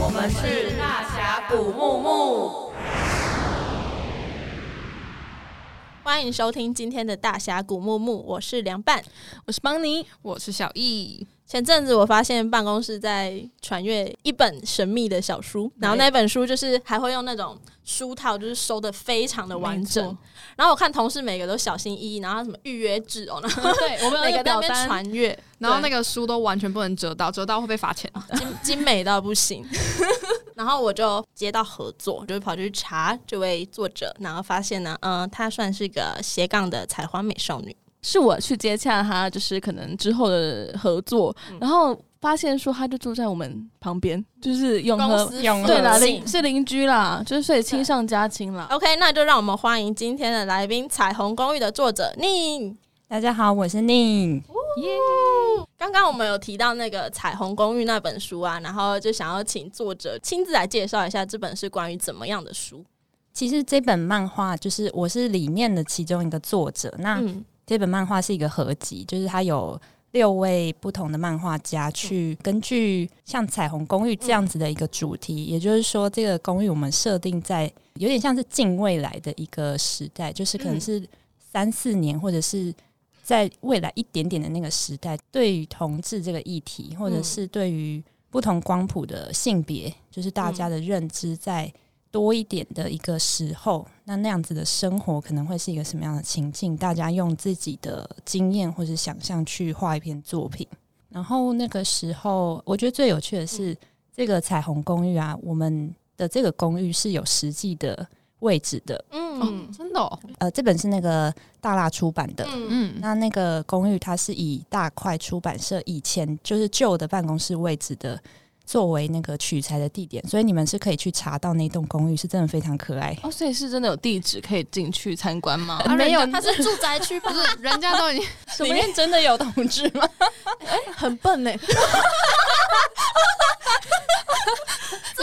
我们是大峡谷木木。欢迎收听今天的大峡谷木木，我是凉拌。我是邦尼，我是小易。前阵子我发现办公室在传阅一本神秘的小书，然后那本书就是还会用那种书套，就是收的非常的完没整错。然后我看同事每个都小心翼翼，然后什么预约制哦，然后对，我们有 每一个在那个表边单，传阅，然后对那个书都完全不能折到，折到会被罚钱。啊精精美到不 行。然后我就接到合作，就跑去查这位作者，然后发现呢，嗯、她算是个斜杠的采花美少女。是我去接洽他，就是可能之后的合作，然后发现说他就住在我们旁边，就是永和公，司永和对啦，附邻近是邻居啦，就是所以亲上加亲啦。 OK，那就让我们欢迎今天的来宾《彩虹公寓》的作者宁。大家好，我是宁。刚刚我们有提到那个《彩虹公寓》那本书啊，然后就想要请作者亲自来介绍一下这本是关于怎么样的书。其实这本漫画就是我是里面的其中一个作者。啊那嗯，这本漫画是一个合集，就是它有六位不同的漫画家去根据像《彩虹公寓》这样子的一个主题，也就是说，这个公寓我们设定在有点像是近未来的一个时代，就是可能嗯是三四年或者是。在未来一点点的那个时代，对于同志这个议题，或者嗯是对于不同光谱的性别，就是大家嗯的认知在多一点的一个时候，那那样子的生活可能会是一个什么样的情境？大家用自己的经验或是想象去画一篇作品。然后那个时候，我觉得最有趣的是、这个彩虹公寓啊，我们的这个公寓是有实际的位置的。嗯真的哦，呃，这本是那个大辣出版的，嗯嗯，那那个公寓它是以大块出版社以前就是旧的办公室位置的作为那个取材的地点，所以你们是可以去查到那栋公寓是真的非常可爱。哦，所以是真的有地址可以进去参观 吗？啊没有，它是住 宅区吧不？是人家都已经里面真的有同志吗？很笨呢、很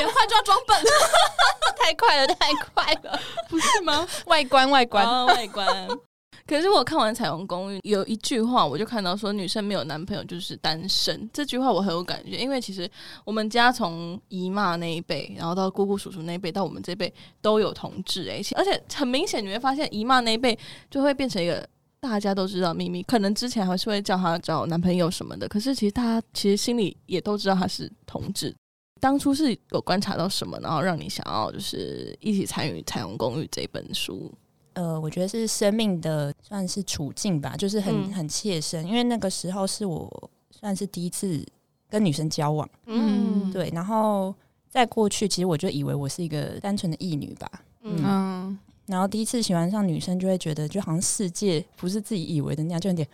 快就要装笨， 太快了，太快了。 不是吗？外观外观，关哦外观。 可是我看完《彩虹公寓》有一句话，我就看到说女生没有男朋友就是单身。这句话我很有感觉，因为其实我们家从姨妈那一辈，然后到姑姑叔叔那一辈，到我们这辈都有同志哎、而且很明显你会发现姨妈那一辈就会变成一个。大家都知道秘密，可能之前还是会叫她找男朋友什么的，可是其实她其实心里也都知道她是同志。当初是有观察到什么，然后让你想要就是一起参与《彩虹公寓》这本书？呃，我觉得是生命的算是处境吧，就是很、嗯很切身，因为那个时候是我算是第一次跟女生交往， 嗯，对，然后在过去其实我就以为我是一个单纯的异女吧，嗯嗯，然后第一次喜欢上女生，就会觉得就好像世界不是自己以为的那样，就有点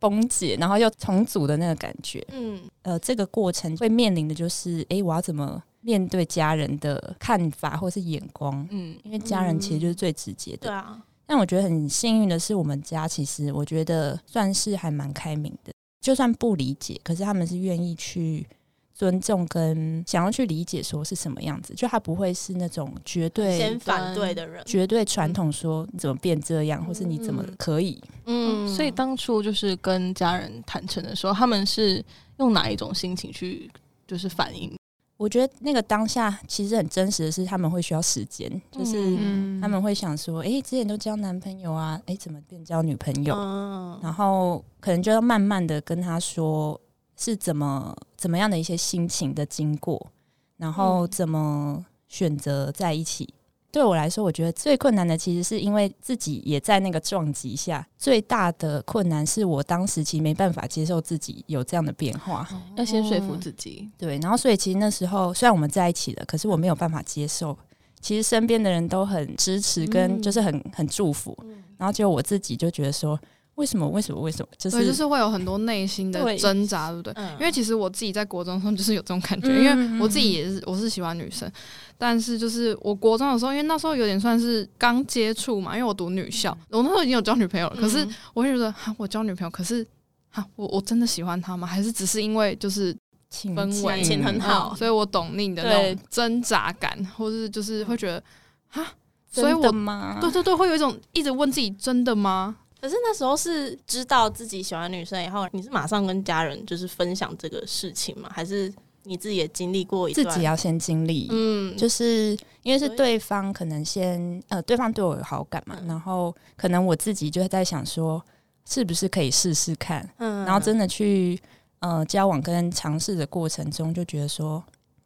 崩解，然后又重组的那个感觉。嗯呃，这个过程会面临的就是，诶，我要怎么面对家人的看法或是眼光？嗯，因为家人其实就是最直接对的。啊，但我觉得很幸运的是，我们家其实我觉得算是还蛮开明的，就算不理解，可是他们是愿意去。尊重跟想要去理解说是什么样子，就他不会是那种绝对先反对的人，绝对传统说你怎么变这样，或是你怎么可以？嗯所以当初就是跟家人坦诚的时候，他们是用哪一种心情去就是反应？我觉得那个当下其实很真实的是，他们会需要时间，就是嗯，他们会想说，诶，之前都交男朋友啊，诶，怎么变交女朋友？嗯然后可能就要慢慢的跟他说是怎么怎么样的一些心情的经过，然后嗯怎么选择在一起。对我来说，我觉得最困难的其实是因为自己也在那个撞击下，最大的困难是我当时其实没办法接受自己有这样的变化。哦要先说服自己，对，然后所以其实那时候虽然我们在一起了，可是我没有办法接受。其实身边的人都很支持，跟嗯就是很很祝福，然后就我自己就觉得说，为什么为什么为什么，就对，是就是会有很多内心的对挣扎，对不对？嗯因为其实我自己在国中的时候就是有这种感觉，嗯因为我自己也是我是喜欢女生，但是就是我国中的时候，因为那时候有点算是刚接触嘛，因为我读女校，我那时候已经有交女朋友了，可是嗯我会觉得，啊哈，我交女朋友，可是哈，我我真的喜欢她吗？还是只是因为就是情氛境围情很好嗯所以我懂你的那对种挣扎感，或是 就是会觉得，哈，所所以以我我吗对对对，会有一种一直问自己真的吗？可是那时候是知道自己喜欢女生以后，你是马上跟家人就是分享这个事情吗？还是你自己也经历过一自段？己要先经历，嗯，就是因为是所以对方可能先呃，对方对我有好感嘛，然后可能我自己就会在想说，是不是可以试试看，嗯然后真的去呃交往跟尝试的过程中，就觉得说，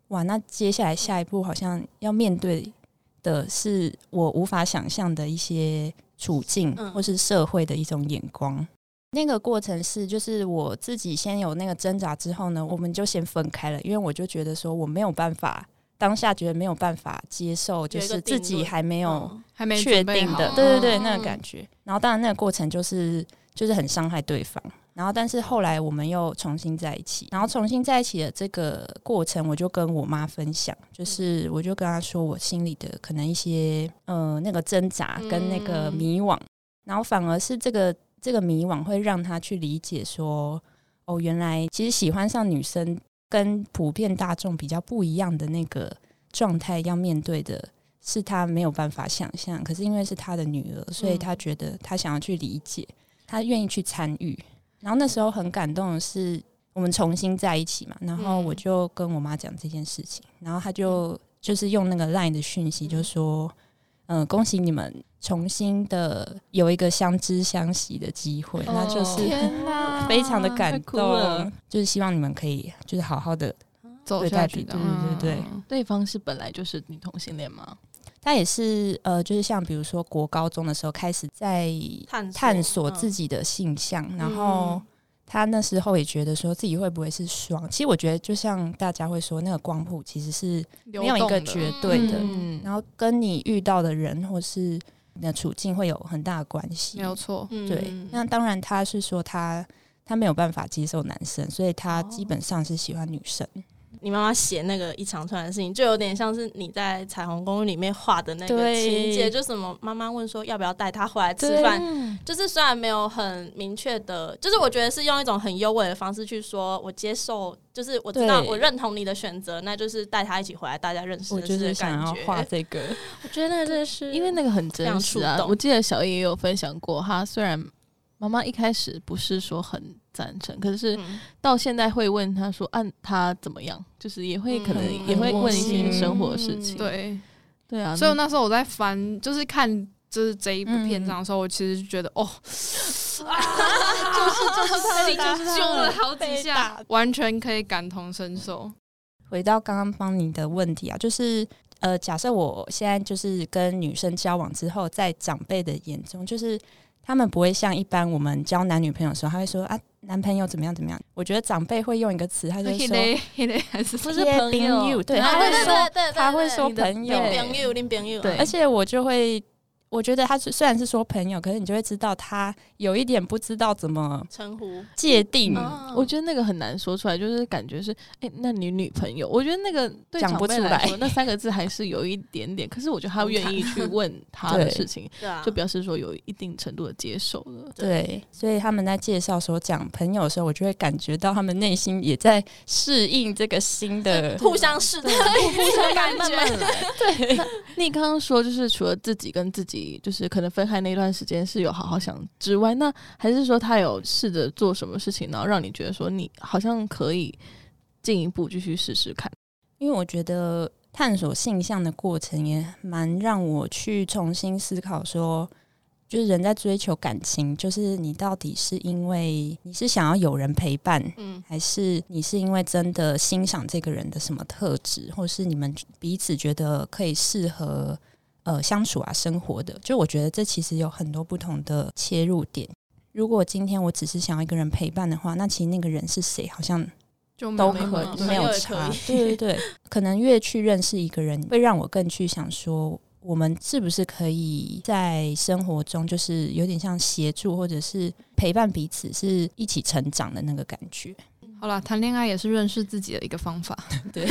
哇，那接下来下一步好像要面对的是我无法想象的一些处境，嗯或是社会的一种眼光。那个过程是，就是我自己先有那个挣扎之后呢，我们就先分开了，因为我就觉得说我没有办法，当下觉得没有办法接受，就有一个是自定己论还没有嗯还没确准备定好的，啊对对对，嗯那个感觉。然后当然那个过程就是就是很伤害对方。然后但是后来我们又重新在一起，然后重新在一起的这个过程，我就跟我妈分享，就是嗯我就跟她说我心里的可能一些呃那个挣扎跟那个嗯迷惘，然后反而是这个这个迷惘会让她去理解说，哦，原来其实喜欢上女生跟普遍大众比较不一样的那个状态要面对的是他没有办法想象，可是因为是他的女儿，所以他觉得他想要去理解，他愿意去参与。然后那时候很感动的是，我们重新在一起嘛，然后嗯我就跟我妈讲这件事情，然后她就就是用那个 LINE 的讯息就说，嗯、恭喜你们重新的有一个相知相惜的机会，那就是天哪，非常的快啊感哭了动，就是希望你们可以就是好好的。走对下待去的，比对对对嗯对方是本来就是女同性恋吗？他也是呃，就是像比如说国高中的时候开始在嗯探探索自己，己的性向，然后他那时候也觉得说自己会不会是双。其实我觉得就像大家会说，那个光谱其实是没有一个绝对的，嗯，然后跟你遇到的人或是你的处境会有很大的关系没。有错，嗯对，那当然他是说他他没有办法接受男生，所以他基本上是喜欢女生。你妈妈写那个一长串的事情，就有点像是你在《彩虹公寓》里面画的那个对情节，就什么妈妈问说要不要带她回来吃饭，就是虽然没有很明确的，就是我觉得是用一种很优美的方式去说，我接受，就是我知道对我认同你的选择，那就是带她一起回来，大家认识我认就识是的想感要觉。画这个，我觉得那个真的是因为那个很真嗯实非常触啊。动我记得小叶也有分享过，她虽然妈妈一开始不是说很赞成，可是嗯到现在会问她说，按、她怎么样，就是也会可嗯能也会问一些嗯生活的事情。对。对啊，所以我那时候我在翻，就是看就是这一部嗯篇章的时候，我其实觉得哦，就是就是揪了好几下，完全可以感同身受。 回到刚刚邦尼的问题啊，就是呃，假设我现在就是跟女生交往之后，在长辈的眼中，就是他们不会像一般我们交男女朋友的时候，他会说啊，男朋友怎么样怎么样。我觉得长辈会用一个词，他就会黑说嘞黑嘞还是不是贴朋友冰友对，对他嗯对会对说对对，他会说朋友，对朋友，另朋友，对而且我就会。我觉得他虽然是说朋友，可是你就会知道他有一点不知道怎么称呼。界定，啊我觉得那个很难说出来，就是感觉是，哎、那你女朋友，我觉得那个对讲长不辈出来来说，那三个字还是有一点点。可是我觉得他愿意去问他的对事情，对啊。就表示说有一定程度的接受了。对，所以他们在介绍说讲朋友的时候，我就会感觉到他们内心也在适应这个新的互相试探，互相感觉，对，那你刚刚说就是除了自己跟自己，就是可能分开那段时间是有好好想之外，那还是说他有试着做什么事情，然后让你觉得说你好像可以进一步继续试试 看？因为我觉得探索性向的过程也蛮让我去重新思考说。就是人在追求感情，就是你到底是因为你是想要有人陪伴，嗯，还是你是因为真的欣赏这个人的什么特质，或是你们彼此觉得可以适合呃相处啊生活的？就我觉得这其实有很多不同的切入点。如果今天我只是想要一个人陪伴的话，那其实那个人是谁好像就嗯没都有可办法以，对没有朋友也差可 以。对对对，可能越去认识一个人，会让我更去想说，我们是不是可以在生活中，就是有点像协助或者是陪伴彼此，是一起成长的那个感觉。好啦，谈恋爱也是认识自己的一个方法。对。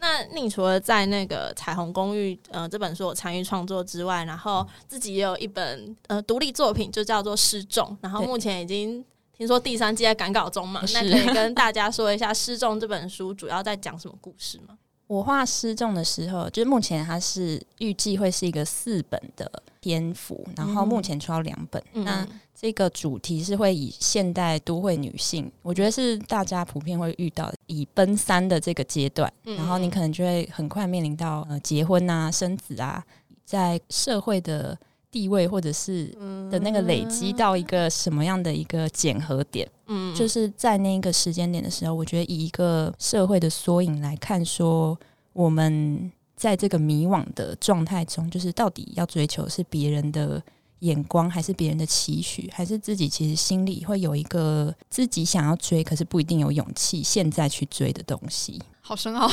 那你除了在那个《彩虹公寓》呃这本书有参与创作之外，然嗯后自己也有一本呃独立作品，就叫做《失重》，然后对目前已经听说第三季在赶稿中嘛，那是可以跟大家说一下《失重》这本书主要在讲什么故事吗？我画失重的时候，就是目前它是预计会是一个四本的篇幅，然后目前出到两本。嗯那这个主题是会以现代都会女性，我觉得是大家普遍会遇到的以奔三的这个阶段，嗯然后你可能就会很快面临到呃结婚啊、生子啊，在社会的地位或者是的那个累积到一个什么样的一个检核点。嗯就是在那个时间点的时候，我觉得以一个社会的缩影来看，说我们在这个迷惘的状态中，就是到底要追求是别人的眼光，还是别人的期许，还是自己其实心里会有一个自己想要追，可是不一定有勇气现在去追的东西。好深奥。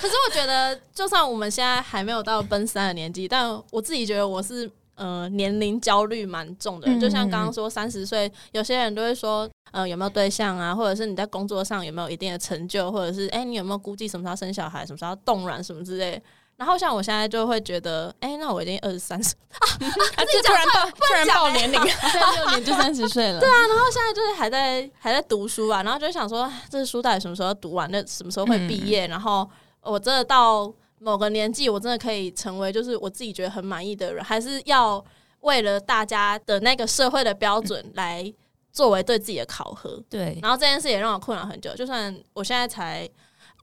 可是我觉得，就算我们现在还没有到奔三的年纪，但我自己觉得我是呃年龄焦虑蛮重的人。嗯就像刚刚说，三十岁，有些人都会说，呃，有没有对象啊，或者是你在工作上有没有一定的成就，或者是哎、你有没有估计什么时候生小孩，什么时候冻卵什么之类。然后像我现在就会觉得，哎、那我已经二十三岁， 啊，这突然爆， 突然爆年龄，再六年就三十岁了。对啊，然后现在就是还在还在读书啊，然后就想说哎这书到底什么时候读完？那什么时候嗯会毕业？然后我真的到某个年纪，我真的可以成为就是我自己觉得很满意的人，还是要为了大家的那个社会的标准来作为对自己的考核。对，然后这件事也让我困扰很久，就算我现在才。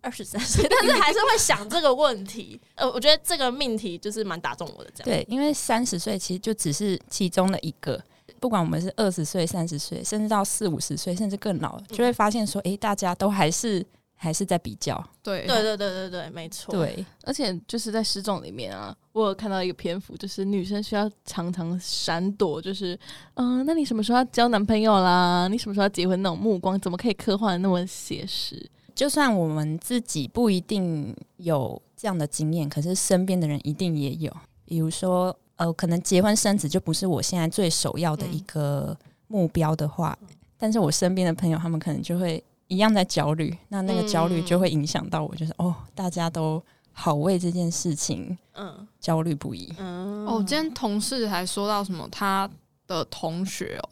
二十三岁，但是还是会想这个问题。呃，我觉得这个命题就是蛮打中我的，这样。对，因为三十岁其实就只是其中的一个，不管我们是二十岁、三十岁，甚至到四五十岁，甚至更老，就会发现说，诶，大家都还是还是在比较。对对对对对对，没错。对，而且就是在失重里面啊，我有看到一个篇幅，就是女生需要常常闪躲，就是嗯、呃那你什么时候要交男朋友啦？你什么时候要结婚？那种目光怎么可以刻画的那么写实？ 就算我们自己不一定有这样的经验，可是身边的人一定也有。比如说，呃，可能结婚生子就不是我现在最首要的一个目标的话，但是我身边的朋友他们可能就会一样在焦虑，那那个焦虑嗯就会影响到我，就是哦，大家都好为这件事情嗯焦虑不已。嗯。哦，今天同事还说到什么，他的同学哦，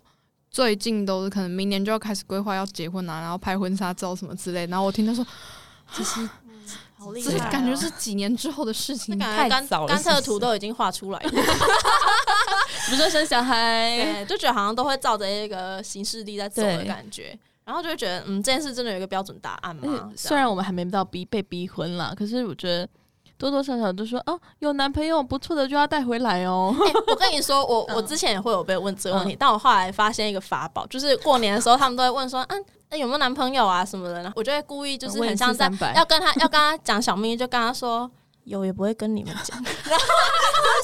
最近都是可能明年就要开始规划要结婚啊，然后拍婚纱照什么之类。然后我听他说，好厉这害哦、感觉是几年之后的事情这。感太觉甘早了甘是不特是图都已经画出来了，比如说生小孩， 对，就觉得好像都会照着一个行事历在走的对感觉，然后就会觉得，嗯，这件事真的有一个标准答案而且吗？呃虽然我们还没到逼被逼婚啦，可是我觉得多多少少都说哦，有男朋友不错的就要带回来哦。 这样、欸我跟你说，我我之前也会有被问这个问题，但我后来发现一个法宝，就是过年的时候他们都会问说，嗯、那有没有男朋友啊什么的，然后我就会故意就是问很一像次在300要跟他 要跟他讲小秘密，就跟他说。有也不会跟你们讲，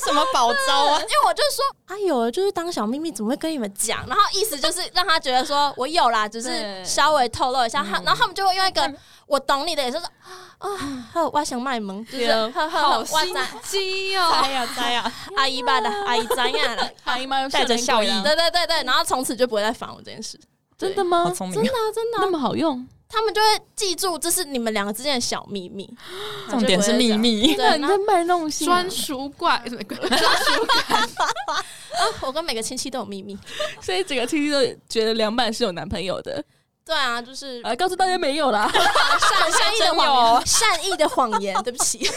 什么宝招啊？因为我就说啊有了就是当小秘密，怎么会跟你们讲？然后意思就是让他觉得说我有啦，只是对稍微透露一下。他然后他们就会用一个我懂你的，也就是啊，还有我想卖萌，就是对呵呵，好我心啊知机哦！呀栽呀！阿姨吧的阿姨怎样了？ 阿姨妈又带着笑笑人意鬼对啦对对对，然后从此就不会再烦我这件事。真的好吗？聪明真的、，啊、真的啊、那么好用？他们就会记住这是你们两个之间的小秘密，重点是秘密。 对，你那在卖弄心啊、专属怪，什么怪啊 呃我跟每个亲戚都有秘密。 所以整个亲戚都觉得凉拌是有男朋友的，对啊，就是啊，告诉大家没有啦。善善意的谎言，善意的谎言，对不 起。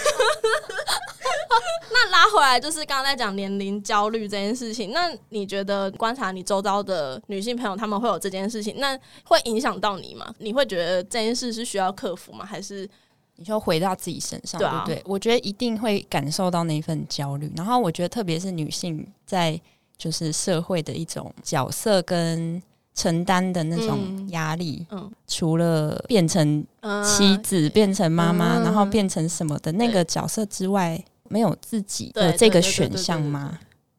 那拉回来就是刚刚在讲年龄焦虑这件事情，那你觉得观察你周遭的女性朋友，她们会有这件事情，那会影响到你吗？你会觉得这件事是需要克服吗？还是你就回到自己身上，对对啊不对？我觉得一定会感受到那份焦虑。然后我觉得，特别是女性在就是社会的一种角色跟承担的那种嗯压力，嗯除了变成嗯妻子、变成妈妈，嗯然后变成什么的那个角色之外，没有自己的对这对个对对选对对项对吗？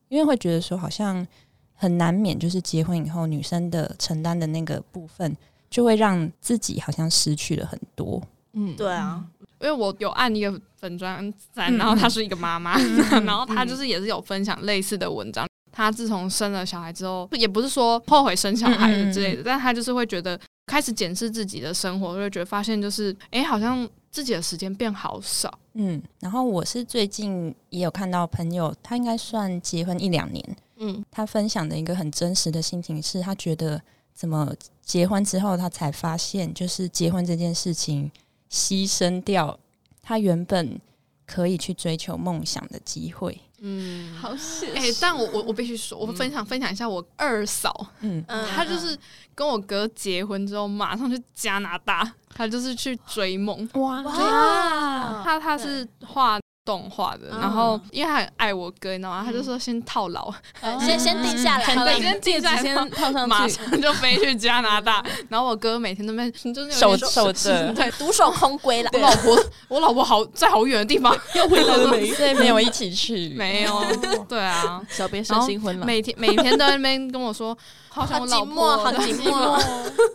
因为会觉得说，好像很难免，就是结婚以后女生的承担的那个部分，就会让自己好像失去了很多。嗯，对啊，因为我有按一个粉砖赞，嗯然后她是一个妈妈， 然后她就是也是有分享类似的文章。她自从生了小孩之后，也不是说后悔生小孩嗯嗯嗯之类的，但她就是会觉得开始检视自己的生活，就会觉得发现就是，哎、好像自己的时间变好少。嗯，然后我是最近也有看到朋友，他应该算结婚一两年，嗯他分享的一个很真实的心情是，他觉得怎么结婚之后，他才发现，就是结婚这件事情牺牲掉他原本可以去追求梦想的机会。嗯，好写 哎、但我我我必须说，我分享、分享一下我二嫂，嗯，嗯她就是跟我哥结婚之后，马上去加拿大，她就是去追梦。哇啊哇，她她是画动画的，嗯然后因为她很爱我哥，你知道吗？她就说先套牢，呃先先定下来，肯好了定先戒指先套上 马嗯去，上就飞去加拿大。然后我哥每天都在就是守有点守着，对，独守空闺了。我老婆我老婆好在好远的地方，又回来了没？所以没有一起去，没有，对啊。 小别然胜后新婚了，每天每天都在那边跟我说，好想好我寂老寞，婆，啊好寂寞。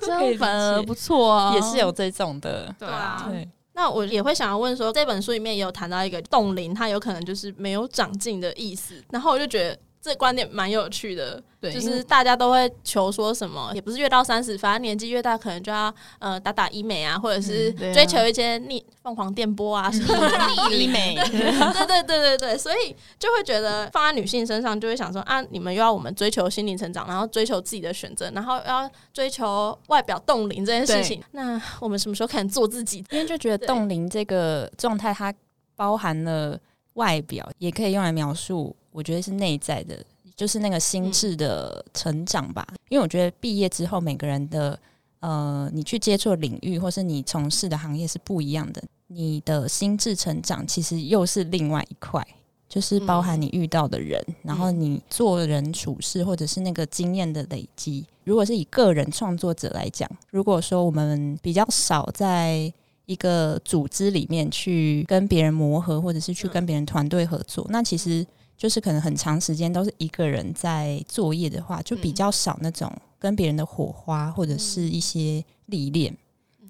这可以样理反而解不错啊，也是有这种的，对啊啊，对，那我也会想要问说，这本书里面也有谈到一个冻龄，它有可能就是没有长进的意思。然后我就觉得这观点蛮有趣的，对，就因为是大家都会求说什么，也不是越到三十，反正年纪越大，可能就要呃打打医美啊，或者是嗯对啊追求一些逆凤凰电波啊什么的。 医美，对对对对对，所以就会觉得放在女性身上，就会想说啊，你们又要我们追求心灵成长，然后追求自己的选择，然后又要追求外表冻龄这件事情。那我们什么时候开始做自己？因为就觉得冻龄这个状态，它包含了外表，也可以用来描述，我觉得是内在的，就是那个心智的成长吧。因为我觉得毕业之后，每个人的呃，你去接触的领域或是你从事的行业是不一样的，你的心智成长其实又是另外一块。就是包含你遇到的人，然后你做人处事，或者是那个经验的累积。如果是以个人创作者来讲，如果说我们比较少在一个组织里面去跟别人磨合，或者是去嗯跟别人团队合作，那其实就是可能很长时间都是一个人在作业的话，就比嗯较少那种跟别人的火花或者是一些历练。嗯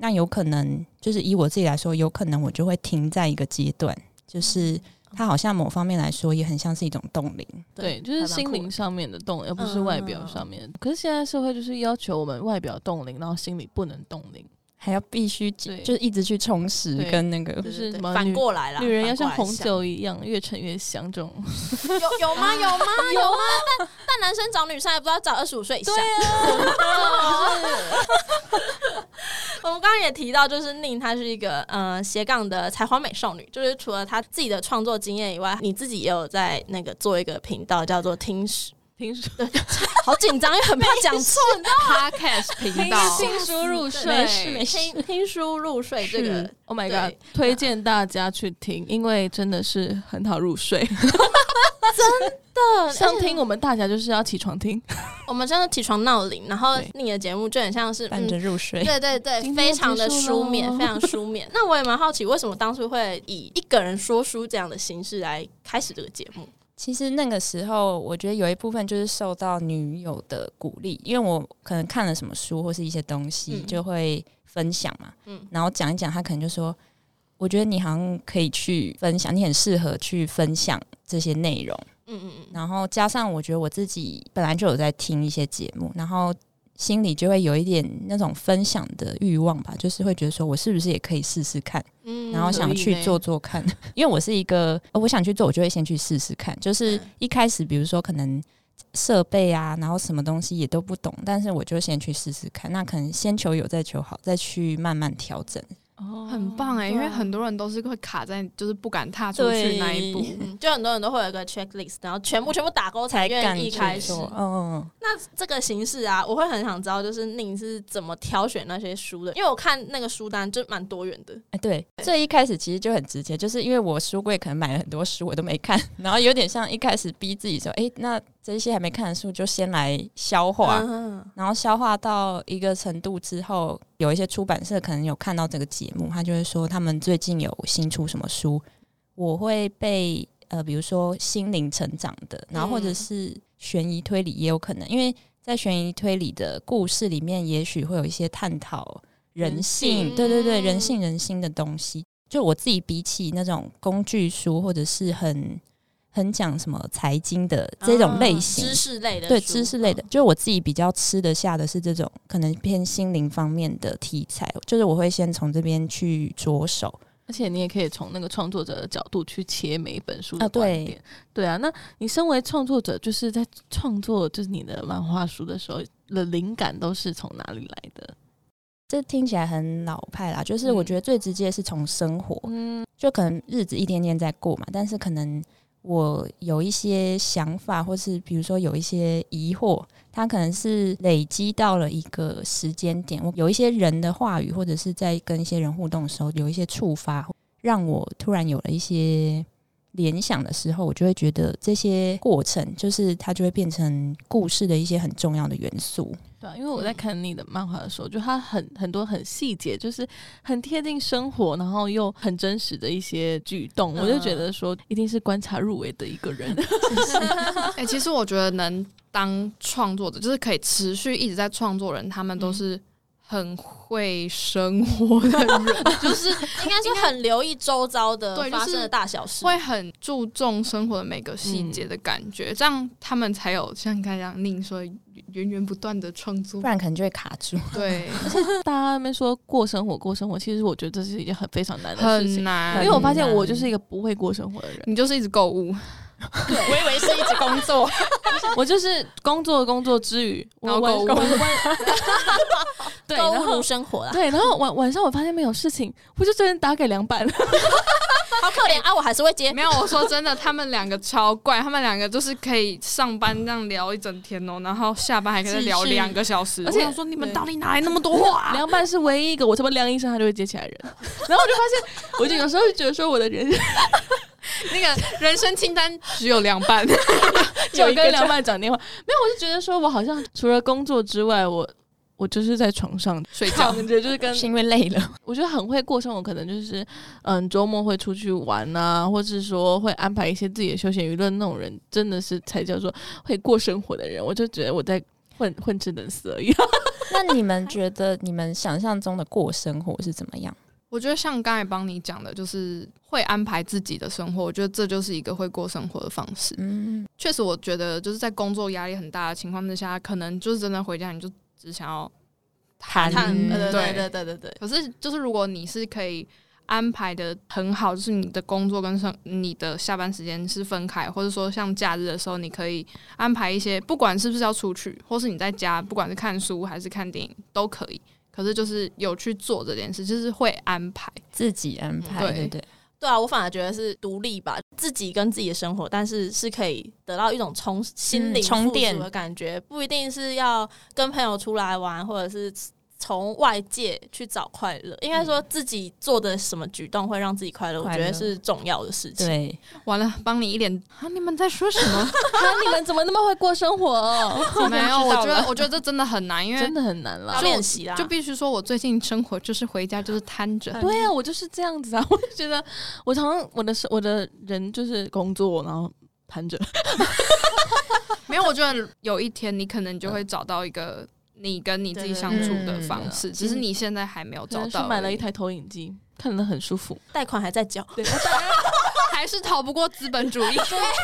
那有可能就是以我自己来说，有可能我就会停在一个阶段，嗯就是它好像某方面来说也很像是一种冻龄。对，就是心灵上面的动，而不是外表上面。可是现在社会就是要求我们外表冻龄，然后心里不能冻龄，还要必须就对是一直去充实对跟那个对就是对对什么反女过来啦，女人要像反过红来想酒一样越陈越香这种。 有有吗？有吗？有吗？ 但但男生找女生还不知道找二十五岁以下。 我们刚刚也提到，就是宁她是一个呃斜杠的才华美少女，就是除了她自己的创作经验以外，你自己也有在那个做一个频道叫做听史，听说好紧张，因为很怕讲错。 Podcast 频道，听书入没睡事没听听书入睡这个是。，Oh my 对 god！推荐大家去听，因为真的是很好入睡。呃像听我们大家就是要起床听，我们真的起床闹铃，然后对你的节目就很像是伴嗯着入睡。对对对，今天非要常的结束书面，喽非常书面。那我也蛮好奇，为什么当初会以一个人说书这样的形式来开始这个节目？其实那个时候，我觉得有一部分就是受到女友的鼓励，因为我可能看了什么书或是一些东西，嗯就会分享嘛。嗯然后讲一讲，她可能就说：“我觉得你好像可以去分享，你很适合去分享这些内容。”嗯嗯嗯，然后加上我觉得我自己本来就有在听一些节目，然后心里就会有一点那种分享的欲望吧，就是会觉得说我是不是也可以试试看，嗯然后想去做做看， 因为我是一个、呃我想去做，我就会先去试试看。嗯就是一开始，比如说可能设备啊，然后什么东西也都不懂，但是我就先去试试看。那可能先求有，再求好，再去慢慢调整。哦很棒哎、因为很多人都是会卡在就是不敢踏出去那一步。嗯就很多人都会有一个 checklist，然后全部全部打勾哦才愿敢意去开始。做嗯，那这个形式啊，我会很想知道，就是宁是怎么挑选那些书的？因为我看那个书单就蛮多元的。哎，对，最一开始其实就很直接，就是因为我书柜可能买了很多书，我都没看， 然后有点像一开始逼自己说，哎，那这些还没看的书就先来消化，嗯然后消化到一个程度之后，有一些出版社可能有看到这个节目，他就会说他们最近有新出什么书，我会被呃，比如说心灵成长的，然后或者嗯是悬疑推理也有可能，因为在悬疑推理的故事里面，也许会有一些探讨人人性，性对对对，人嗯性人心的东西。就我自己比起那种工具书，或者是很很讲什么财经的这种类啊型，知识类的，嗯对知识类的，，就是我自己比较吃得下的是这种可能偏心灵方面的题材，就是我会先从这边去着手。而且你也可以从那个创作者的角度去切每一本书啊的对观点。对啊，那你身为创作者，就是在创作就是你的漫画书的时候，的灵感都是从哪里来的？这听起来很老派啦，就是我嗯觉得最直接是从生活，嗯，就可能日子一天天在过嘛，但是可能我有一些想法，或是比如说有一些疑惑，它可能是累积到了一个时间点，我有一些人的话语，或者是在跟一些人互动的时候，有一些触发，让我突然有了一些联想的时候，我就会觉得这些过程，就是它就会变成故事的一些很重要的元素。对啊，因为我在看你的漫画的时候，就它很很多很细节，就是很贴近生活，然后又很真实的一些举动，我就觉得说一定是观察入围的一个人。 哎、其实我觉得能当创作者，就是可以持续一直在创作人，他嗯们都是很会生活的 人，就是应该说很留意周遭的对就发是生的大小事。会很注重生活的每个嗯细节的感觉，这样他们才有像刚才这样宁说源源不断的创作 不。然可能就会卡住。 对，大家那边说过生活，过生活，其实我觉得这是一件很非常难的事很情，难，因为我发现我就是一个不会过生活的人。你就是一直购 物，我以为是 一直工作，我就是工作工作之余，然我后晚购物晚晚 对，购然物后如生活啦，对，然后晚晚上我发现没有事情，我就随便打给凉拌， 好可怜啊！我还是会接没有，我说真的，他们两个超怪，他们两个就是可以上班这样聊一整天哦，然后下班还可以再聊继续两个小时。而且我想说，你们到底哪来那么多话 啊、凉拌是唯一一个我这么亮医生他就会接起来的人，然后我就发现，我就有时候就觉得说我的人 生那个人生清单只有凉 拌，就有一个跟凉拌讲电话，没有，我就觉得说我好像除了工作之外，我我就是在床上睡觉躺。着，就是跟是因为累了。我觉得很会过生活，可能就是嗯，周末会出去玩啊，或是说会安排一些自己的休闲娱乐那种人，真的是才叫做会过生活的人。我就觉得我在混混吃等死而已。 那你们觉得你们想象中的过生活是怎么样？我觉得像刚才帮你讲的，就是会安排自己的生活，我觉得这就是一个会过生活的方式。嗯，确实，我觉得就是在工作压力很大的情况之下，可能就是真的回家你就只想要谈看，嗯对对对对对对对，可是，就是如果你是可以安排的很好，就是你的工作跟生你的下班时间是分开，或者说像假日的时候，你可以安排一些，不管是不是要出去，或是你在家，不管是看书还是看电影都可以。可是就是有去做这件事，就是会安排。自己安排，嗯对对不对？对啊，我反而觉得是独立吧，自己跟自己的生活，但是是可以得到一种充心灵嗯充富足电的感觉，不一定是要跟朋友出来玩，或者是从外界去找快乐。应该说自己做的什么举动会让自己快乐，我嗯快觉乐得是重要的事情。对，完了，帮你一脸 啊！你们在说什么？那你们怎么那么会过生活、没有，我觉得我觉得这 真的啊很难，因为真的很难啦 要。练习啦，就必须说我最近生活就是回家就是瘫着，对啊，我就是这样子啊，我就觉得我常常我的生我的人就是工作，然后盘着，没有，我觉得有一天你可能就会找到一个你跟你自己相处的方式，只是你现在还没有可找能去 到。买了一，台投影机，看得很舒服， 贷款还在缴，还是逃不过资本主义。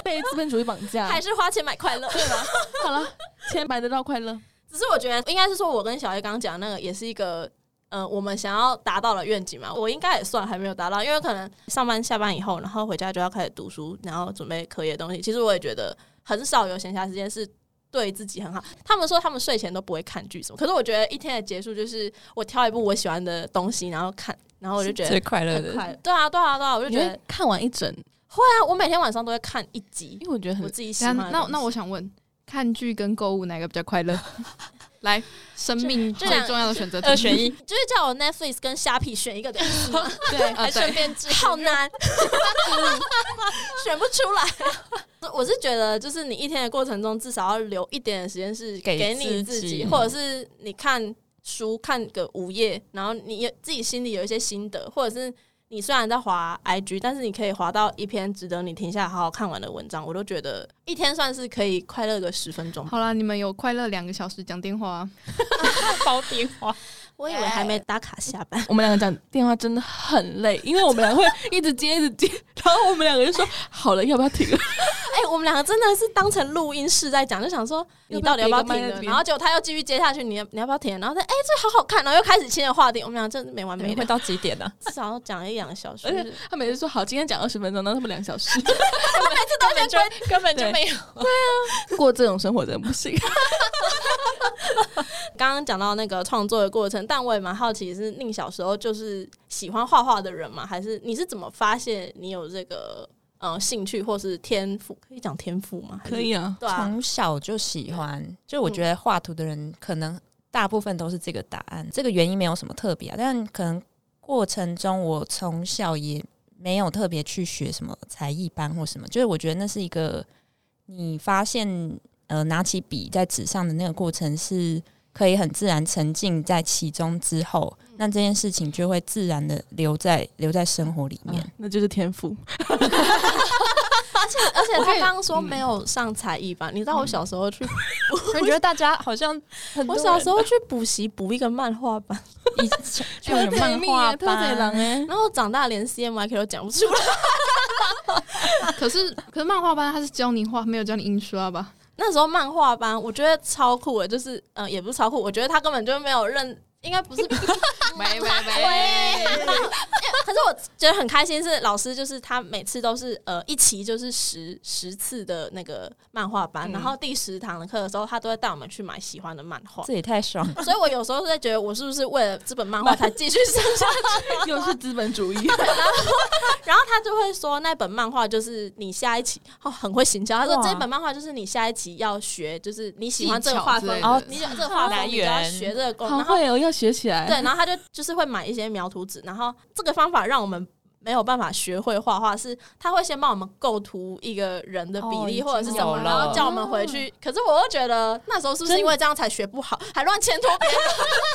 被资本主义绑嗯架还。是花钱买快乐，对啊吧？ 好了，钱买得到快乐，只是我觉得应该是说，我跟小叶刚刚讲的那个也是一个，呃，我们想要达到的愿景嘛。我应该也算还没有达到，因为可能上班下班以后，然后回家就要开始读书，然后准备课业的东西。其实我也觉得很少有闲暇时间是。对自己很好。他们说他们睡前都不会看剧什么，可是我觉得一天的结束就是我挑一部我喜欢的东西，然后看，然后我就觉得最快乐很的。快乐。对啊，对啊，对啊，我就你觉得会看完一整，会啊。我每天晚上都会看一集因为我觉得嗯我很自己喜那啊欢的东西。那那我想问，看剧跟购物哪个比较快乐？来，生命这最这两重要的选择题二选一， 就是叫我 Netflix 跟虾皮选一个的意思吗？对啊，对，便好难， 选不出来。我是觉得，就是你一天的过程中，至少要留一点的时间是给给你自自己，己或者是你看书看个午夜，然后你也自己心里有一些心得，或者是你虽然在滑 IG，但是你可以滑到一篇值得你停下来好好看完的文章，我都觉得一天算是可以快乐个十分钟吧。好啦，你们有快乐两个小时讲电话啊、包电话， 我以为还没打卡下班，我们两个讲电话真的很累，因为我们两个会一直接一直接， 然后我们两个就说好了，要不 要停了？哎、我们两个真的是当成录音室在讲，就想说你到底要不要停了，然后结果他又继续接下去，你要你要不要停？然后他哎、这好好看，然后又开始新的话题，我们俩真的没完没会 了，到几点呢？啊至少要讲一两个小时 而，且他每次说好，今天讲二十分钟，然后他们两 小时，根 本就根本就没有。过这种生活真的不行。刚刚讲到那个创作的过程，但我也蛮好奇，是宁小时候就是喜欢画画的人吗？还是你是怎么发现你有这个？呃兴趣或是天赋，可以讲天赋吗？还是可，以啊，对啊，从小就喜欢，就我觉得画图的人可能大部分都是这个答案，这个原因没有什么特别、啊，但可能过程中我从小也没有特别去学什么才艺班或什么，就是我觉得那是一个你发现呃拿起笔在纸上的那个过程是。可以很自然沉浸在其中之后，那这件事情就会自然的留在留在生活里面。啊那就是天赋。而且我可他以刚刚说没有上才艺班，你知道我小时候去，我觉得大家好像很我多小人时候去补习补一个漫画班，以前就有漫画班， 哎，然后长大连 CMYK 都讲不出来。 可是可是漫画班他是教你画，没有教你印刷吧？那时候漫画班我觉得超酷的，就是嗯、呃也不是超酷，我觉得他根本就没有认，应该不是 没没没，可是我觉得很开心，是老师就是他每次都是呃一期就是十十次的那个漫画嗯班，然后第十堂的课的时候，他都会带我们去买喜欢的漫画，这也太爽了！所以我有时候在觉得我是不是为了这本漫画才继续上下去？又是资本主义， 然后他就会说那本漫画就是你下一期哦很会行销，他说哇这本漫画就是你下一期要学，就是你喜欢这个技巧画之风哦类，的你喜欢这个画风，来你就要源学这个功，好然后会哦，要学起来。对，然后他就就是会买一些描图纸，然后这个方法让我们没有办法学会画画，是他会先帮我们构图一个人的比哦例、已或者是经什么，有然后了叫我们回去。可是我又觉得那时候是不是真因为这样才学不好，还乱牵拖别人？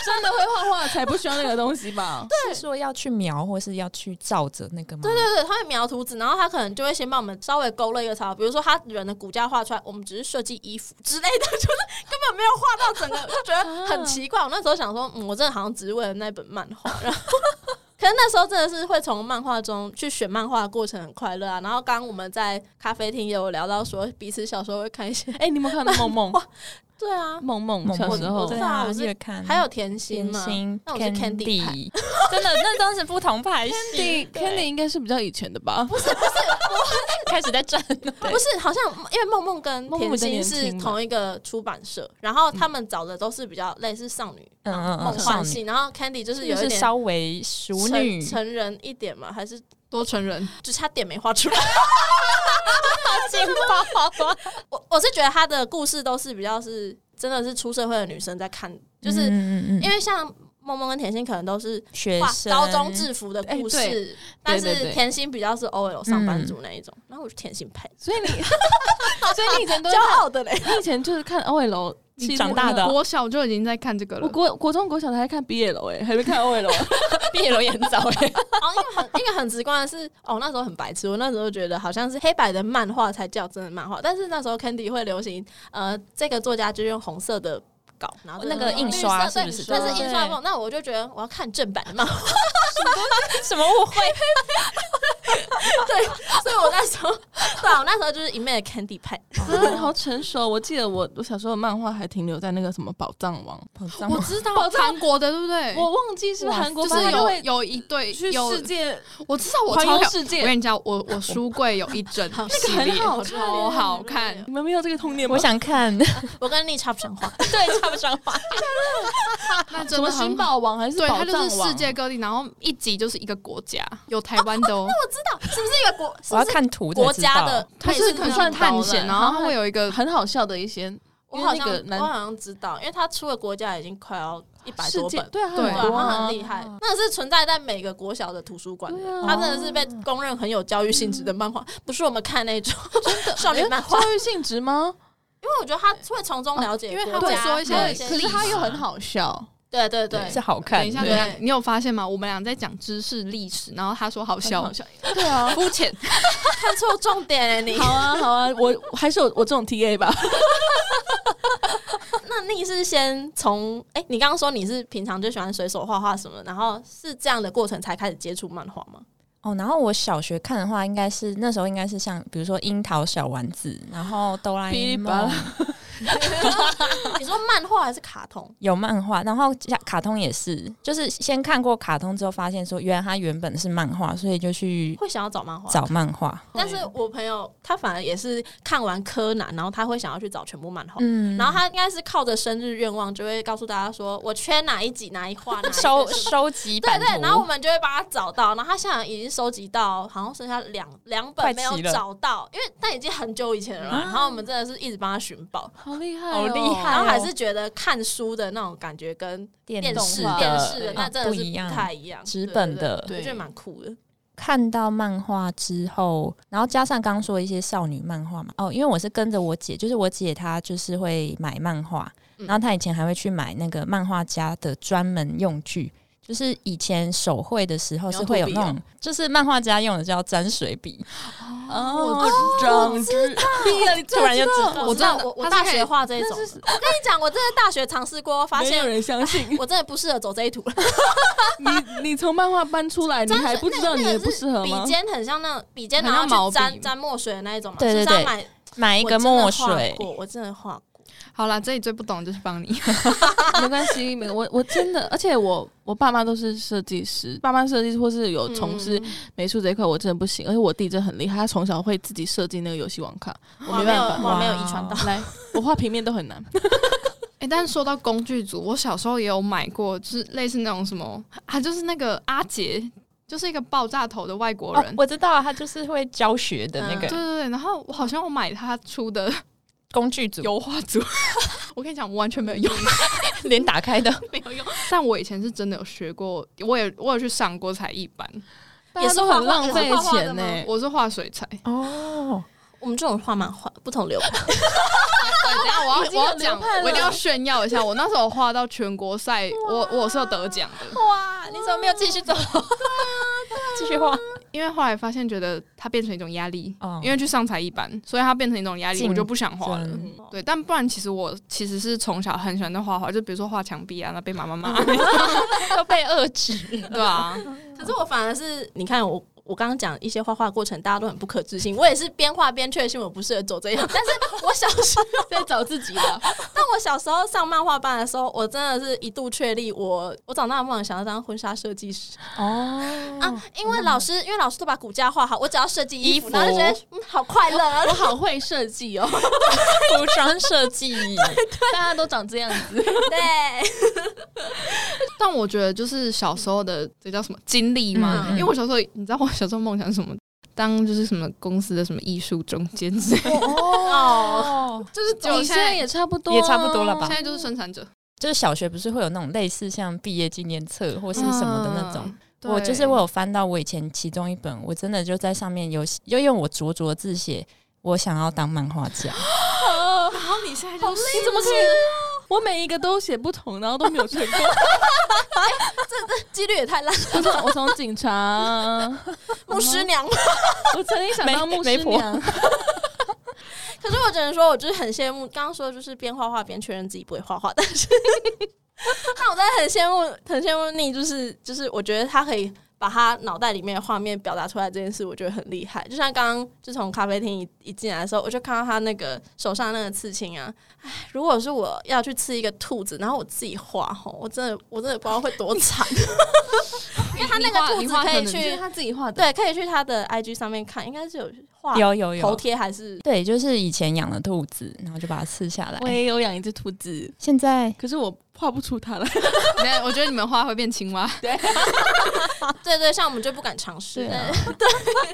真的会画画才不需要那个东西 吧？是说要去描，或是要去照着那个吗？哦对对啊对，他会描图纸，然后他可能就会先帮我们稍微勾勒一个草，比如说他人的骨架画出来，我们只是设计衣服之类的，就是根本没有画到整个，就觉得很奇怪。我那时候想说，嗯，我真的好像只是为了那本漫画，然后。可是那时候真的是会从漫画中去选漫画的过程很快乐啊。然后刚刚我们在咖啡厅也有聊到说，彼此小时候会看一些，哎，你有没有看到梦梦？对啊，梦梦萌萌，小时候我知对道啊，我是月刊还有甜心甜嘛，心那我是 Candy 派 Candy，真 的那都是不同派系， Candy Candy 应该是比较以前的吧？开始在转不是，好像因为梦梦跟梦梦甜比较心年是轻嘛同一个出版社，然后他们找的都是比较类似少女嗯嗯嗯梦幻系，然后 Candy 就是有就一是点稍微熟成女，成人一点嘛，还是多成人就差点没画 出来。劲爆，啊我我是觉得他的故事都是比较是真的是出社会的女生在看，就是因因为像梦梦跟甜心可能都是嗯学画生高中 制服的故哎事，但对对是对甜心比较是 OL 上班族那一嗯种，然后我是甜心派， 所以你，所以你以前啊都是骄傲的嘞。你以前就是看 OL 你长大的我我小就已经在看这个我了。国国中国小的还看 BL 哎，还没看 OL 啊 BL 也很早哎，哦，因为很一个很直观的是，哦，那时候很白痴，我那时候觉得好像是黑白的漫画才叫真的漫画，但是那时候 Candy 会流行，呃，这个作家就用红色的稿，然后那个印刷是不是但是对印刷梦，那我就觉得我要看正版的漫画，什么误会？所以我那时候，对、啊，我那时候就是一面的 Candy 派， 啊，好成熟。我记得我我小时候的漫画还停留在那个什么宝藏王，我知道韩国的，对不对？我忘记是不是韩国就版，是它就有会有一对去有世，界我知道我环超游看世我界。跟你讲，我我书柜有一整好系很列，好看超好看。你们没有这个童年吗？我想看，我跟丽差不想画，对，插不上话，那什真么的很新好。宝王还是对，宝它就藏是世王？界各地，然后一集就是一个国家，有台湾的哦。是不是一个国？是我要不是看图才国知家道的？，它也是可很能像探宝险，蓝然后它会有一个很好笑的一些我好像啊因为那个男我好像知道，因为他出的国家已经快要一百世多界本，，对啊，对对，很多他啊很厉害，那个是存在在每个国小的图书馆的对啊，他真的是被公认很有教育性质的漫画，不是我们看那种 哎少女漫画，哦教育性质吗？因为我觉得他会从中了解因为国家，他会说一些还有可是它又很好笑，对对对，是好看等一下，等一的，下，你有发现吗？我们俩在讲知识历史，然后他说好笑，笑，对啊，肤浅， 看错重点了你。 好啊，好啊，我我还是有我这种 TA 吧，那你是先从哎，你刚刚说你是平常就喜欢随手画画什么，然后是这样的过程才开始接触漫画吗？哦，然后我小学看的话，应该是那时候应该是像比如说樱桃小丸子，然后哆啦 A 哔哩吧梦啦，你说漫画还是卡通？有漫画，然后加卡通也是，就是先看过卡通之后，发现说原来它原本是漫画，所以就去会想要找漫画？找漫画。但是我朋友他反而也是看完柯南，然后他会想要去找全部漫画。嗯然后他应该是靠着生日愿望，就会告诉大家说我缺哪一集哪一画哪一个收什么收集对版对，图然后我们就会帮他找到，然后他现在已经收集到，好像剩下两两快齐本没有了找到，因为但已经很久以前了啊啦。然后我们真的是一直帮他寻宝，好厉害、哦好厉害哎呦然后还是觉得看书的那种感觉跟电电视动画电视的对那真的不是一样不太一样，纸对本对的对我觉对得蛮酷的。看到漫画之后，然后加上刚说一些少女漫画嘛，哦，因为我是跟着我姐，就是我姐她就是会买漫画，嗯然后她以前还会去买那个漫画家的专门用具。就是以前手绘的时候是会有那用种，就是漫画家用的叫沾水笔，哦，长知突然就知道我知道，知道我我它大是可以学画这一种的，我跟你讲，我真的大学尝试过，发没有现人相信我真的不适合走这一途。你，你从漫画搬出来，你还不知道你不适合笔吗？尖很像那种笔尖，很然像后去毛笔沾沾墨水的那一种嘛，对对就是要对买买一个墨水，我真的画过，好啦，这里最不懂就是帮 你， 没关系，没我我真的，而且我我爸妈都是设计师，爸妈设计师或是有从事嗯美术这一块，我真的不行。而且我弟真的很厉害，他从小会自己设计那个游戏网卡，我我没没有办法。我没有遗传到，来，我画平面都很难。哎、但是说到工具组，我小时候也有买过，就是类似那种什么啊，就是那个阿杰，就是一个爆炸头的外国哦人。嗯我知道他就是会教学的那个对对对，然后我好像我买他出的工具组，油画 组，我跟你讲，我完全没有 用，连打开的， 没有用。但我以前是真的有学过，我也我有去上过才艺班，嗯也是很浪费钱呢、我是画水彩。哦， 我们这种画漫画不同流派，对， 等一下我要已经有我要流讲，派了我一定要炫耀一下，我那时候画到全国赛，我我是有得奖的， 哇，你怎么没有继续走？ 继续画，因为后来发现觉得它变成一种压力，哦因为去上才艺班，所以它变成一种压力，竞我就不想画了争。对，但不然其实我其实是从小很喜欢在画画，就比如说画墙壁啊，那被妈 妈骂，都被遏制。对啊，可是我反而是你看我。我刚刚讲一些画画过程，大家都很不可置信。我也是边画边确信我不适合走这一行， 但是我小时候，在找自己的，但我小时候上漫画班的时候，我真的是一度确立我我长大的梦想想要当婚纱设计师哦，啊，因为老师因为老师都把骨架画好，我只要设计衣服，衣服哦然后就觉得嗯好快乐啊我，好会设计哦，服装设计，大家都长这样子。 对，但我觉得就是小时候的这叫什么经历嘛，嗯嗯因为我小时候你知道我小时候梦想是什么？当就是什么公司的什么艺术总监之类的，哦， 就是只有你现在也差不多啊，也差不多了吧现在就是生产者就是小学不是会有那种类似像毕业纪念册或是什么的那种。。嗯我就是我，有翻到我以前其中一本，我真的就在上面有，因为我拙拙字写，我想要当漫画家。啊对然后你现在就是你怎么可以？我每一个都写不同，然后都没有成 功。几率也太烂，我从我从警察，啊 牧师娘我曾经想当牧师媒媒婆娘， 可是我只能说，我就是很羡慕，刚刚说就是边画画边确认自己不会画画，但是， 但我真的很羡慕，很羡慕你，就是就是，我觉得他可以把他脑袋里面的画面表达出来这件事，我觉得很厉害。就像刚刚就从咖啡厅一一进来的时候，我就看到他那个手上那个刺青啊，唉，如果是我要去刺一个兔子，然后我自己画吼，我真的我真的不知道会多 惨，因为他那你画个兔你子画可以可是能去。他自己画的。对，可以去他的 IG 上面看，应该是有啊画有有头有，贴还是对，就是以前养了兔子，然后就把它刺下来我。也有养一只兔子，现在可是我画不出它来。 没有我觉得你们画会变青蛙。对对，像我们就不敢尝试。对啊，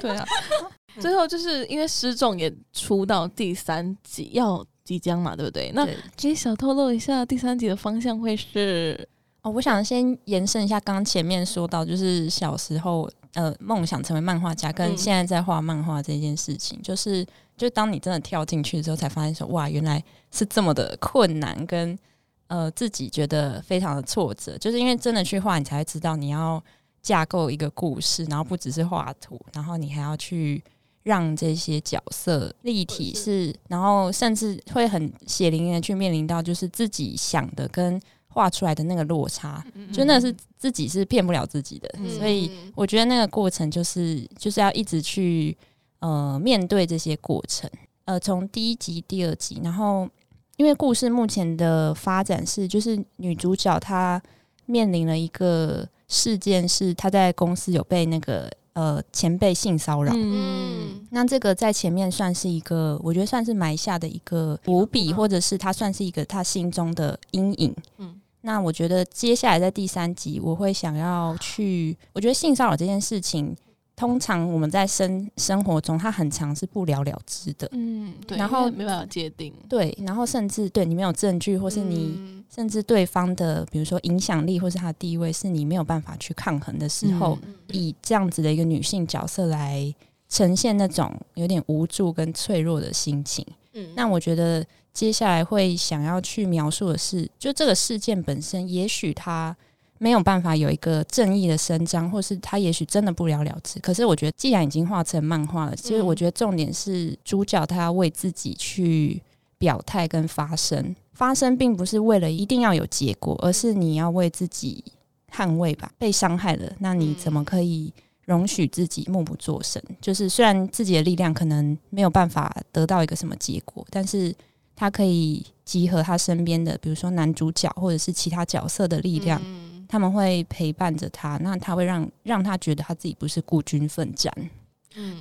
对啊。 最后就是因为失重也出到第三集，要即将嘛，对不对？那对直接小透露一下，第三集的方向会是哦，我想先延伸一下刚前面说到，就是小时候呃梦想成为漫画家，跟嗯现在在画漫画这件事情，就是就当你真的跳进去之后，才发现说哇，原来是这么的困难，跟呃自己觉得非常的挫折，就是因为真的去画，你才会知道你要架构一个故事，然后不只是画图，然后你还要去。让这些角色立体是，然后甚至会很血淋淋的去面临到，就是自己想的跟画出来的那个落差，就那是自己是骗不了自己的，嗯所以我觉得那个过程就是就是要一直去呃面对这些过程，呃，从第一集、第二集，然后因为故事目前的发展是，就是女主角她面临了一个事件，是她在公司有被那个呃前辈性骚扰。嗯，嗯，那这个在前面算是一个，我觉得算是埋下的一个伏嗯笔，或者是她算是一个她心中的阴影。嗯嗯，那我觉得接下来在第三集，我会想要去，我觉得性骚扰这件事情，通常我们在生生活中，它很常是不了了之的。嗯，对，然后因为没办法界定，对，然后甚至对你没有证据，或或是嗯你、嗯甚至对方的，比如说影响力或是他的地位，是你没有办法去抗衡的时候，以这样子的一个女性角色来呈现那种有点无助跟脆弱的心情。嗯那我觉得接下来会想要去描述的是，就这个事件本身，也许它没有办法有一个正义的伸张，或是它也许真的不了了之。可是我觉得，既然已经画成漫画了，其实我觉得重点是主角他要为自己去表态跟发声，发声并不是为了一定要有结果，而是你要为自己捍卫吧。被伤害了，那你怎么可以？容许自己默不作声，就是虽然自己的力量可能没有办法得到一个什么结果，但是他可以集合他身边的，比如说男主角或者是其他角色的力量，他们会陪伴着他，那他会让让他觉得他自己不是孤军奋战。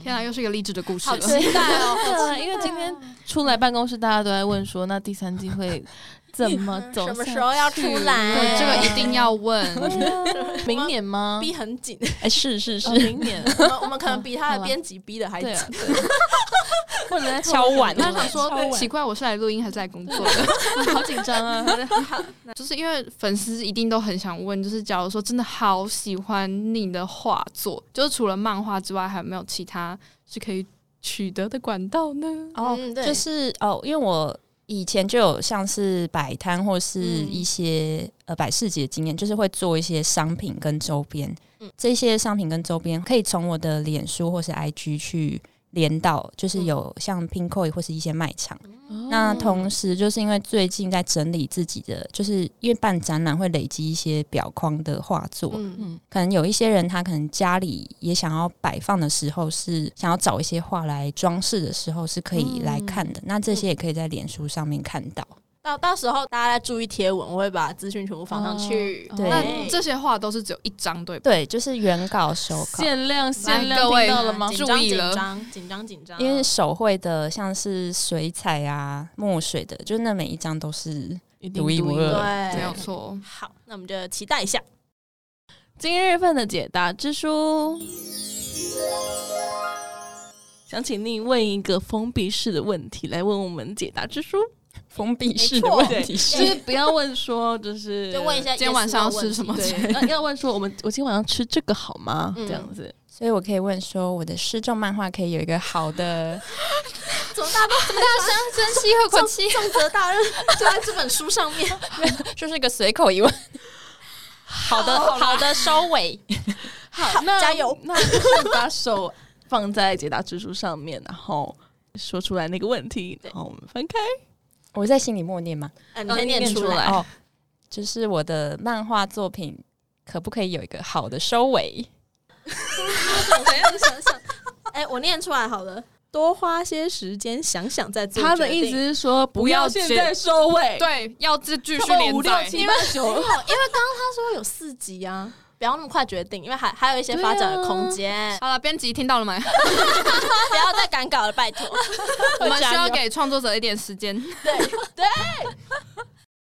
天啊，又是一个励志的故事好了。期待 哦，对，因为今天出来办公室，大家都在问说，那第三季 会怎么走？什么时候要出？来？对，这个一定要 问。 明年吗？ 逼很紧，哎，是是是，明年。 我们我们可能比他的编辑逼的还紧对。啊， 或者在敲碗他想说，奇怪，我是来录音还是来工作的？好紧张啊！ 就是因为粉丝一定都很想问，就是假如说真的好喜欢你的画作，就是除了漫画之外，还有没有其他是可以取得的管道呢？哦，嗯对就是哦，因为我以前就有像是摆摊或是嗯一些、呃摆市集的经验，就是会做一些商品跟周边。嗯这些商品跟周边可以从我的脸书或是 IG 去连到，就是嗯有像 Pinkoi 或是一些卖场。哦那同时，就是因为最近在整理自己的，就是因为办展览会累积一些表框的画作，嗯可能有一些人，他可能家里也想要摆放的时候，是想要找一些画来装饰的时候，是可以来看的。那这些也可以在脸书上面看到。到到时候大家再注意贴文，我会把资讯全部放上去。哦对那这些画都是只有一张对吧？对，就是原稿、手稿，限量限量，各位听到了吗？紧张紧张紧张紧张，因为手绘的像是水彩啊、墨水的，就那每一张都是。一定独一无二没有对，错。好，那我们就期待一下。今日份的解答之书。想请你问一个封闭式的问题来问我们解答之书，封闭式的问题就是不要问说就是就 问一下，今天晚上要吃什么对，要要问说我们我今天晚上吃这个好吗？嗯这样子，所以我可以问说，我的失重漫画可以有一个好的，怎么大家珍惜和口气，重责大任就在这本书上面？ 就是一个随口一问。好的，好的收尾。好，那加油！ 那就是把手放在解答之书上面，然后说出来那个问题，然后我们分开。我在心里默念吗？ 啊你先念出哦你念出来来。哦，就是我的漫画作品可不可以有一个好的收尾？怎样想想？哎，我念出来好了。多花些时间想想再做决定。他的意思是说，不要要现在收尾，对，要这继续他们连五六载。七八九，他说有四集啊，不要那么快决定，因为还还有一些发展的空 间，啊好了，编辑听到了没？不要再赶稿了，拜托。 我们需要给创作者一点时间。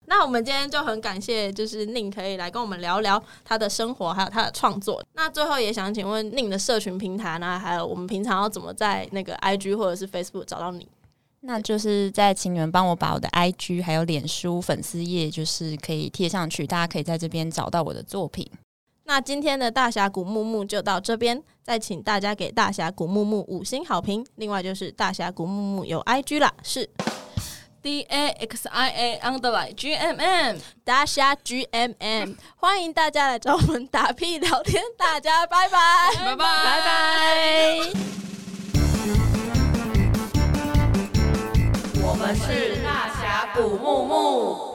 那我们今天就很感谢，就是宁可以来跟我们聊聊他的生活，还有他的创作。那最后也想请问宁的社群平台呢，还有我们平常要怎么在那个 IG 或者是 Facebook 找到你？那就是在请你们帮我把我的 IG 还有脸书粉丝页，就是可以贴上去，大家可以在这边找到我的作品。那今天的大峡谷木木就到这边，再请大家给大峡谷木木五星好评。另外就是大峡谷木木有 IG 啦，是 D A X I A underline G M M，大侠 GMM，欢迎大家来找我们打屁聊天，大家拜拜。拜拜，拜拜。我们是大峡谷木木。